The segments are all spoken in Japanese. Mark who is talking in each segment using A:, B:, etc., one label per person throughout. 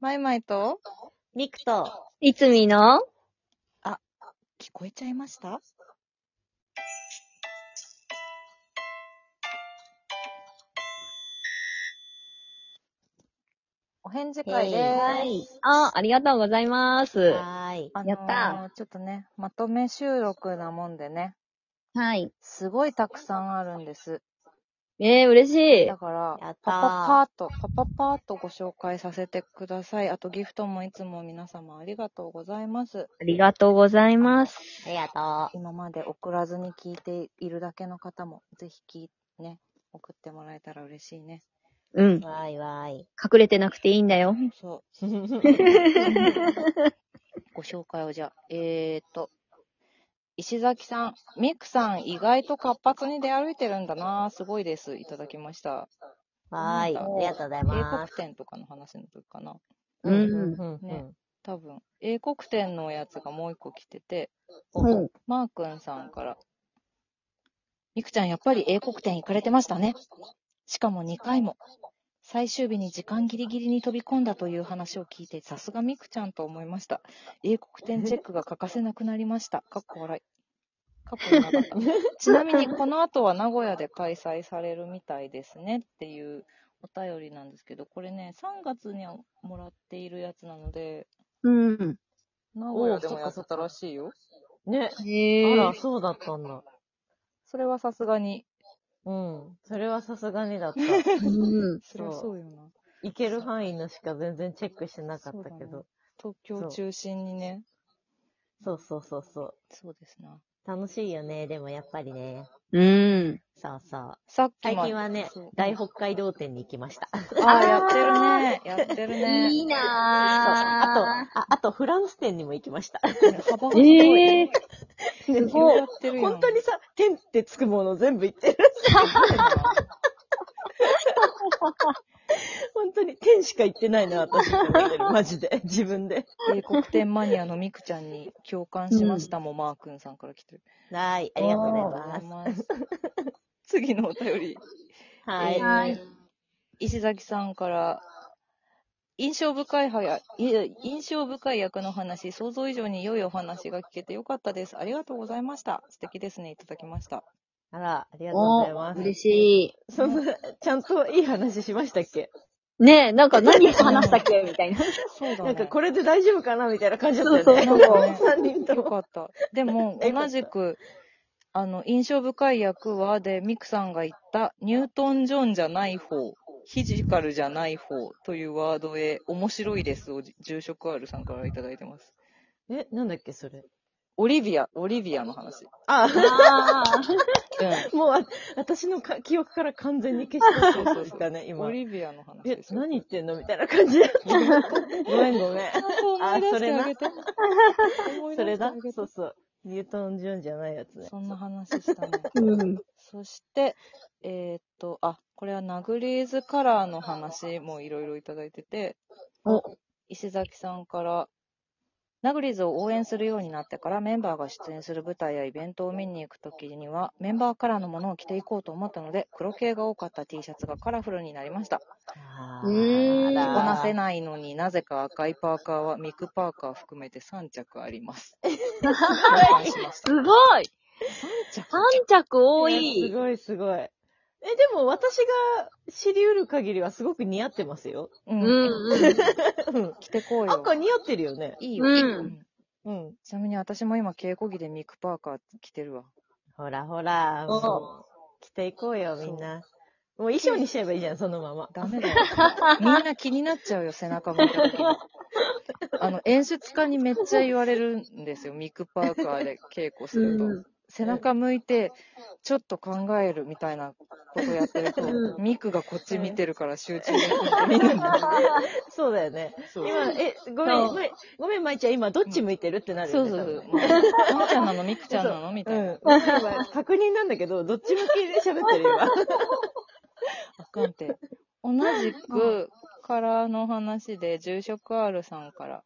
A: マイマイと
B: リクと、いつみの、
A: 聞こえちゃいましたお返事会でーす。
B: あ、ありがとうございます。
C: はい。
A: あのー
B: やった
A: ちょっとね、まとめ収録なもんでね、
B: はい。
A: すごいたくさんあるんです。
B: えー、嬉しい
A: だ。から、
C: やったー
A: パパパーと、パパパーとご紹介させてください。あとギフトもいつも皆様ありがとうございます。
B: ありがとうございます。
C: ありがと
A: 今まで送らずに聞いているだけの方も、ぜひ聞いね、送ってもらえたら嬉しいね。
B: うん
C: う。。わーいわーい。
B: 隠れてなくていいんだよ。
A: そう。ご紹介をじゃあ、えーと、石崎さん、ミクさん、意外と活発に出歩いてるんだなすごいです。いただきました。
C: わーい。あ
A: うん
C: りがとうござい
A: 英
C: ま
A: 国
C: す。
A: 展とかの話の時かな。
B: うん
C: うんう
A: ね
C: ん。
A: 多分、英国展のやつがもう一個来てて、
B: うん。
A: マー君さんから、ミクちゃん、やっぱり英国展行かれてましたね。しかも2回も。最終日に時間ギリギリに飛び込んだという話を聞いて、さすがミクちゃんと思いました。英国展チェックが欠かせなくなりました。かっこ笑い。かっこよかった。ちなみに、この後は名古屋で開催されるみたいですねっていうお便りなんですけど、これね、3月にもらっているやつなので、
B: うん。
A: 名古屋でもやってたらしいよ。
C: ね。
B: え
C: あら、そうだったんだ。
A: それはさすがに。
C: うん。それはさすがにだった。
B: うん。
A: そりゃそうよな。
C: 行ける範囲のしか全然チェックしてなかった
A: そ
C: け
A: うだね
C: ど。
A: 東京中心にね。
C: そうそうそうそう。
A: そうですな。
C: 楽しいよね。でもやっぱりね。
B: うん。
C: そうそう。
A: さっき
C: 最
A: まで
C: 近はね
A: そう、
C: 大北海道展に行きま した。そう。
A: ああ、やってるね。やってる
B: い
A: ね。
B: い
C: あ
B: な
C: と、ああとフランス展にも行きました。
A: 幅が
B: ぁ。
A: すごい。
B: え
A: すごい。やってるよね
C: 本当にさ、天ってつくもの全部言ってる。
A: すごいな
C: 本当に天しか言ってないな、私って思 ってる。マジで。自分で。
A: 英国天マニアのミクちゃんに共感しましたも、ん、マー君さんから来てる。
C: はい。ありがとうござい
A: あ
C: ま
A: り
C: す。
A: がとうございます。次のお便り。
C: はい。
B: はい
A: 石崎さんから、印象深いはや、いや印象深い役の話、想像以上に良いお話が聞けてよかったです。ありがとうございました。素敵ですね。いただきました。
C: あら、ありがとうござい
B: お
C: ます。
B: 嬉し
C: そんな、ちゃんといい話しましたっけ
B: い。ねえ、なんか何話したっ けみたいな。
A: そうだね。
C: なんかこれで大丈夫かなみたいな感じだったよね。
B: そうそう
A: そう
C: 3人と
A: よ
C: も。
A: かった。でも、
C: よかった
A: 同じく、あの、印象深い役は、で、ミクさんが言った、ニュートン・ジョンじゃない方、フィジカルじゃない方というワードへ、面白いですを、住職あるさんからいただいてます。
C: え、なんだっけ、それ。
A: オリビア、オリビアの話。
C: あ、
B: あ
C: もうあ、私のか記憶から完全に消したそうそうですかね、今
A: オ。リビアの話
C: え
A: で、すよ。
C: 何言ってんのみたいな感じだった。ごめんごめん。
A: 思い出してあげて。思い出
C: それ
A: してあ
C: だ
A: げて。
C: そうそう。ニュートン・ジョンじゃないやつね。
A: そんな話したね。
B: ーうん。
A: そして、えーっと、あ、これはナグリーズカラーの話もいろいろいただいてて、
B: お
A: 石崎さんから、ナグリーズを応援するようになってからメンバーが出演する舞台やイベントを見に行くときにはメンバーカラーのものを着ていこうと思ったので黒系が多かった T シャツがカラフルになりました
C: あ
B: うーん
A: 着
C: あ
A: こ
C: ら
A: なせないのになぜか赤いパーカーはミクパーカー含めて3着あります 共感しました
B: すごい
A: 3着
B: !3 着多
C: す
B: い。
C: ごいすごい。え、でも私が知り得る限りはすごく似合ってますよ。
A: う、
B: うんんうん。
C: うん。
A: 着てこうよ
C: 赤似合ってるよね。
A: いいよ、
B: うん
A: うん
C: うん。
A: ちなみに私も今、稽古着でミック・パーカー着てるわ。
C: ほらほら、
B: お
C: もう、着ていこうよ、みんな。もう衣装にしちゃえばいいじゃん、そのまま。
A: ダメだ よ。みんな気になっちゃうよ、背中向いた時 に。あの、演出家にめっちゃ言われるんですよ、ミック・パーカーで稽古すると。
B: うん
A: 背中向いて、ちょっと考えるみたいなことやってると、
B: う
A: ミックがこっち見てるから集中できない。みんなに
C: そうだよね。
A: そう
C: 今、え、ごめん、
B: そう
C: ごめん、ごめん、まいちゃん、今、どっち向いてるってなる
A: そ
C: よ
A: う
C: ね。
A: そうそう
C: 多。分ね
A: まあみっちゃんなのみくちゃんなのみたいな。
C: うん。今確認なんだけど、どっち向きで喋ってる今。
A: あかんて。同じく、カラーの話で、住職 R さんから、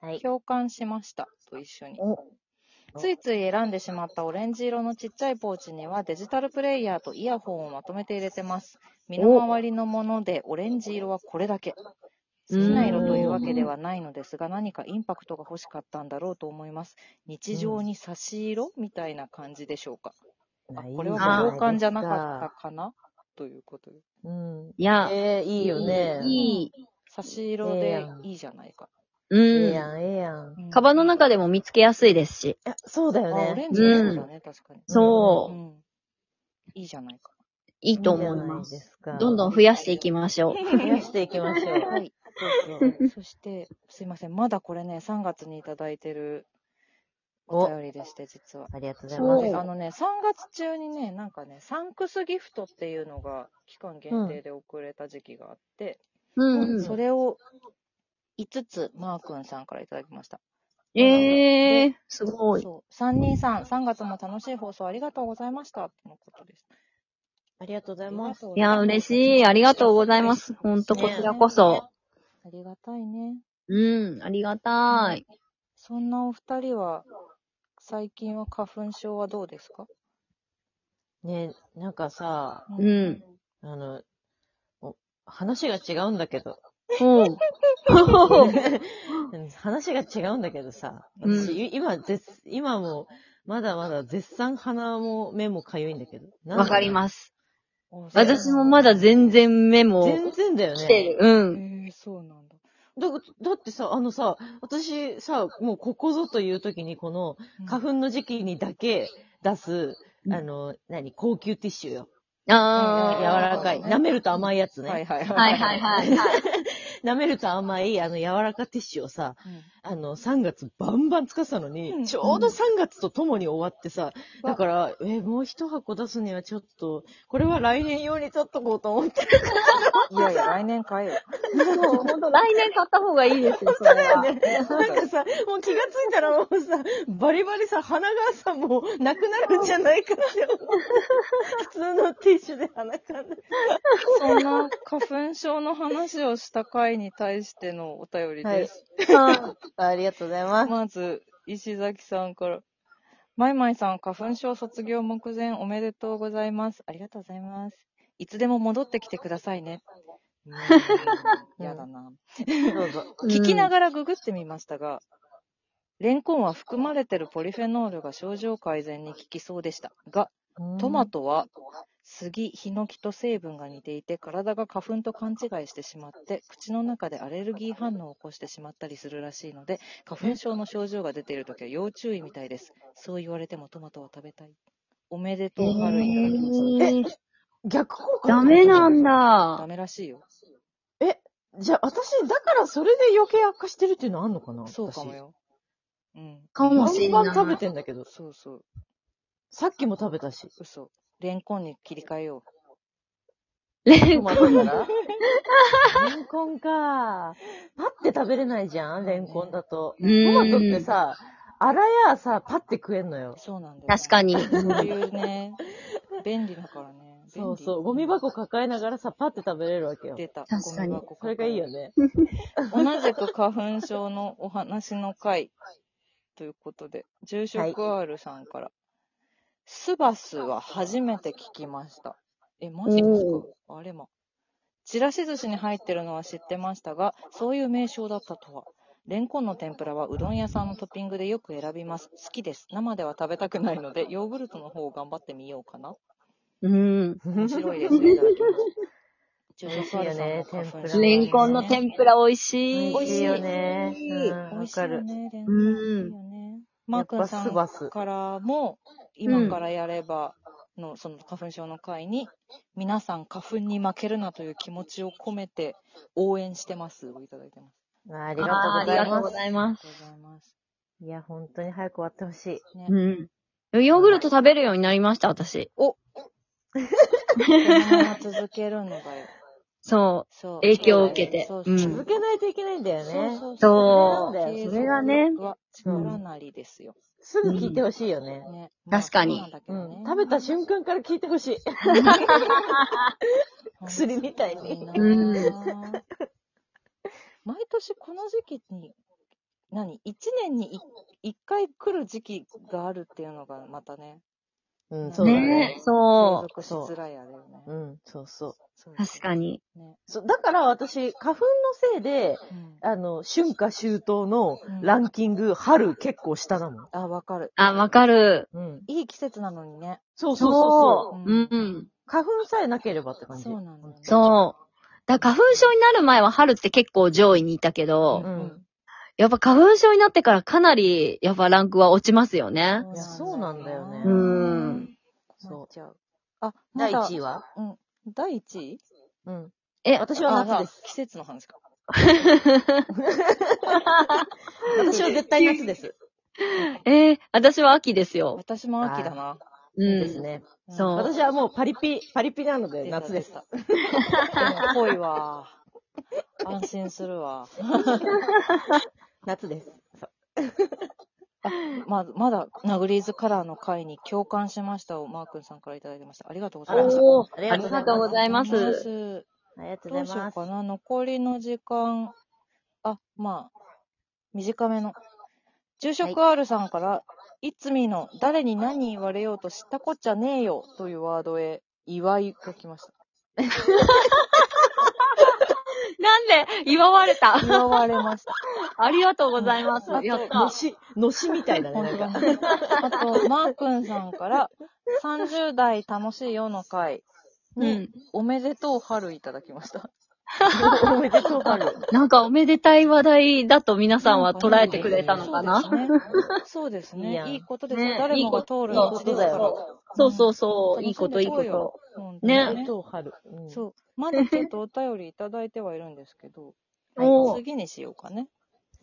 C: はい。
A: 共感しましたと一緒に
B: お。
A: ついつい選んでしまったオレンジ色のちっちゃいポーチにはデジタルプレイヤーとイヤホンをまとめて入れてます。身の回りのものでオレンジ色はこれだけ。好きな色というわけではないのですが、何かインパクトが欲しかったんだろうと思います。日常に差し色みたいな感じでしょうか。あこれは
B: あー
A: 共感じゃなかったかなということで。
C: た。うん。
B: いや、
C: ええいいよね。
B: いい。
A: 差し色
C: ええ
A: で
C: やん
A: いいじゃないか。
C: ええ
B: う
C: や
B: ん。
C: ん、ええやん。
A: うん
B: カバンの中でも見つけやすいですし。
C: いや、そうだ
A: あ
C: よ
A: オ
C: ね。
A: レンジの色だね、確かに。
B: そうう。
A: ん。いいじゃないか。
B: いいと思い
C: じゃな
B: ま
C: い
B: す。
C: ですか。
B: どんどん増やしていきましょう。
C: 増やしていきましょう。
A: はい。どうぞそして、すいません。まだこれね、3月にいただいてるお便りでして、実は。
C: ありがとうござい
A: そ
C: ま
A: う
C: す
A: で。あのね、3月中にね、なんかね、サンクスギフトっていうのが期間限定で送れた時期があって、
B: うんうん。
A: それを5つ、マー君さんからいただきました。
B: ええー、すごい。
A: そう。323、3月も楽しい放送ありがとうございました。とのことです。
C: ありがとうござい
A: ありが
C: ます。
A: とうご
B: い
A: ざま
B: や、
A: す
B: 嬉しい。ありがとうございます。ほんと、こちらこそ。
A: ありがたいね。
B: うん、ありがたい。
A: そんなお二人は、最近は花粉症はどうですか
C: ねなんかさ、
A: う
B: うん。
C: あの、お話が違うんだけど。
B: おう。
C: 話が違うんだけどさ、
B: うん
C: 私、い今、絶、今も、まだまだ絶賛鼻も目もかゆいんだけど。
B: わかり
C: す。
B: ます。
C: 私
B: 私もまだ全然目も
C: 全然だよ
B: 来て
C: ね。
B: る。う
A: え
B: ん。
A: ー、そうなんだ。
C: だ、だってさ、あのさ、私さ、もうここぞという時にこの花粉の時期にだけ出す、
B: うん
C: あの、何、高級ティッシュよ。
B: ああ。
C: 柔らかい。
A: あー
C: 舐めると甘いや
A: 粉
C: つね。
A: はいはい
B: はいはい はいはい。
C: 舐めると甘い、あの、柔らかティッシュをさ、
A: うん
C: あの、3月バンバン使ってたのに、
A: うん
C: ちょうど3月とともに終わってさ、
A: うん
C: だから、えーもう一箱出すにはちょっと、これは来年用に取っとこうと思って。
A: いやいや、来年 買えよ。
B: もうほんと、来年買った方がいいですよ、それは。
C: なんかさ、もう気がついたらもうさ、バリバリさ、鼻がさ、もうなくなるんじゃないかって 思って、普通のティッシュで鼻かんで。
A: そんな花粉症の話をした回に対してのお便りです。
B: うん
C: ありがとうございま。
A: まず、石崎さんから。まいまいさん、花粉症卒業目前おめでとうございます。ありがとうございます。いつでも戻ってきてくださいね。うーん やだな。
C: どうぞ。
A: 聞きながらググってみましたが、レンコンは含まれてるポリフェノールが症状改善に効きそうでしたが、トマトは杉、ヒノキと成分が似ていて体が花粉と勘違いしてしまって口の中でアレルギー反応を起こしてしまったりするらしいので花粉症の症状が出ている時は要注意みたいですそう言われてもトマトは食べたいおめでとう春いただきました、
B: えー
C: 逆効果
B: ダメなん
A: ダ
B: だ。
A: メらしいよ
C: じゃあ、私、だからそれで余計悪化してるっていうのあんのかな
A: そうかも。ようん
B: かもし
C: 私
B: れな
C: バ
B: い
C: ンバン食べてんだけど、
A: そうそう
C: さっきも食べたし。
A: 嘘レンコンに切り替えよ
B: レ
C: ト
B: ンコ
C: マ
B: ン
C: トから。レンコンか。パッて食べれないじゃん、レンコンだと。ト
B: うん
C: マトってさ、あらやさ、パッて食えんのよ
A: う。そうなんだよ
B: 確か
A: に
B: に。
A: そういうね便利だからね便利
C: そうそう。ゴミ箱抱えながらさ、パッて食べれるわけよ。
A: 出た
B: 確かに
A: ゴミ箱
C: それがいいよね。
A: 同じく花粉症のお話の回ということで、住職 R さんから、スバスは初めて聞きました。え、マジです
B: お
A: かあれま。ちらし寿司に入ってるのは知ってましたが、そういう名称だったとは。レンコンの天ぷらはうどん屋さんのトッピングでよく選びます。好きです。生では食べたくないの で、ヨーグルトの方を頑張ってみようかな。
B: うん。
A: 面白いですね。いただ きます。住職 R さんの花粉症
B: レンコンの
A: ね
B: 天ぷら美味しい。
A: 美味しいよ
C: ねうん
A: 美味しいよね、レンコ
B: う
A: ン
B: ん
A: 美味しいよね。マー君さ
C: やっぱスバ
A: ん
C: ス
A: からも、今からやればの、その花粉症の会に、皆さん花粉に負けるなという気持ちを込めて、応援してますをいただいてます。
C: あり
B: あー
C: が
B: あ
C: と
B: り
C: うござい
B: がとう
C: ま
B: ご
C: す。
B: ざいます。
A: ありがとうございます。
C: いや、本当に早く終わってほしい。
A: ね
B: う、ん。ヨーグルト食べるようになりました、私。
A: このまま続けるのがよ。
B: そ
A: そう。
B: 影響を受けて
A: そう
B: うん
C: 続けないといけないんだよね。
A: そう
B: そう
C: そう
B: それがね。
A: 力なりですよ。
C: すぐ聞いてほしいよね。
A: ね
B: 確かに
A: まあそうなんだけど
C: うん
A: ね。
C: 食べた瞬間から聞いてほしい。 薬みたいに。
B: うん
A: 毎年この時期に、何 ?1 年に 1, 回来る時期があるっていうのがまたね、
C: うん、そうだね。
A: ね
B: そ
A: 継続しづらいあれよね。
C: うん、そうそう。
A: そう
B: う。
A: です
B: 確かに。
A: ね。
C: そうだから私、花粉のせいで、
A: うん
C: あの、春夏秋冬のランキング、春結構下だもん。
A: あ、わかる。
B: あ、わかる。
C: うん。
A: いい季節なのにね。
C: そうそうそうそう。
A: う
B: う。うん。
C: 花粉さえなければって感じ。
A: そうなんだよね
B: そう。だから花粉症になる前は春って結構上位にいたけど、
C: うん。
B: やっぱ花粉症になってからかなり、やっぱランクは落ちますよね。
C: いやそうなんだよね
B: う。ん。
A: 困っ
C: そ
A: ちゃう。あ、
C: う。
A: ま
C: 第
A: だ
C: 1位は
A: うん。第一位
C: うん。
B: え、
C: 私は夏です。
A: す。季節の話か。
C: 私は絶対夏です。
B: えー私は秋ですよ。
A: 私も秋だな。
B: う
C: です
B: ん。
C: ね。
A: ん
B: そう
C: 私はもうパリピ、パリピなの
A: 出
C: で
A: た
C: 夏です
A: 出。たでも濃いわ。 安心するわ。
C: 夏です。そう
A: まあ、まだ、ナグリーズカラーの回に共感しましたをマー君さんからいただきました。ありがとうございました。
B: おー
C: あ
B: ありがとうございま。
A: ありがとうございますす。
C: ありがとう
A: ど
C: ご
A: う
C: ざ
A: し
C: い
A: よ
C: ま
A: う
C: す
A: か。な。残りの時間、あ、まあ、短めの。住職 R さんから、い、つみの誰に何言われようと知ったこっちゃねえよというワードへ、祝いが来ました。
B: なんで、祝われ た
A: 祝われました。
B: ありがとうございます。
A: あと
B: やっ
C: の
B: た。
C: し、のしみたいだね、
A: 本
C: なん
A: 当だ
C: か。
A: ね。あと、マー君さんから、30代楽しいよの会
B: う
A: に、
B: ん。
A: おめでとう春いただきました。
C: おめでとう、春。
B: なんかおめでたい話題だと皆さんは捉えてくれたのかな
A: そうです
C: いい
A: ね。
C: やん
A: いいことです
B: ね
A: よ。誰もが通る
B: いい
A: 道
B: こ
A: で
C: と
A: す
C: だ
A: から
C: よ。
B: そうそうそう。
A: うん
B: いいこと、いい
A: 楽しんで
B: こ
A: いこうよ
B: と。
A: 本当に
B: ね
C: おめでとう、春。うん
A: そう。まだちょっとお便りいただいてはいるんですけど、
B: おー
A: 次にしようかね。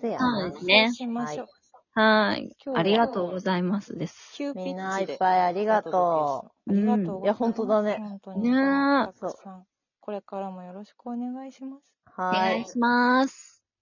C: せや
B: そう
C: な
B: ですね
A: そうしましょう。
B: はーい
A: 今日。は
B: ありがとうございますです。
A: 急ピ
C: みんない
A: ッチ
C: っ
A: で。
C: ぱいありがと
A: う。ありがとうござます。
C: うんいや本当だね
A: 本当に。
B: ねえ
A: たくさん。これからもよろしくお願いします。
C: う。
B: お
C: は
B: 願い
C: い。
B: します。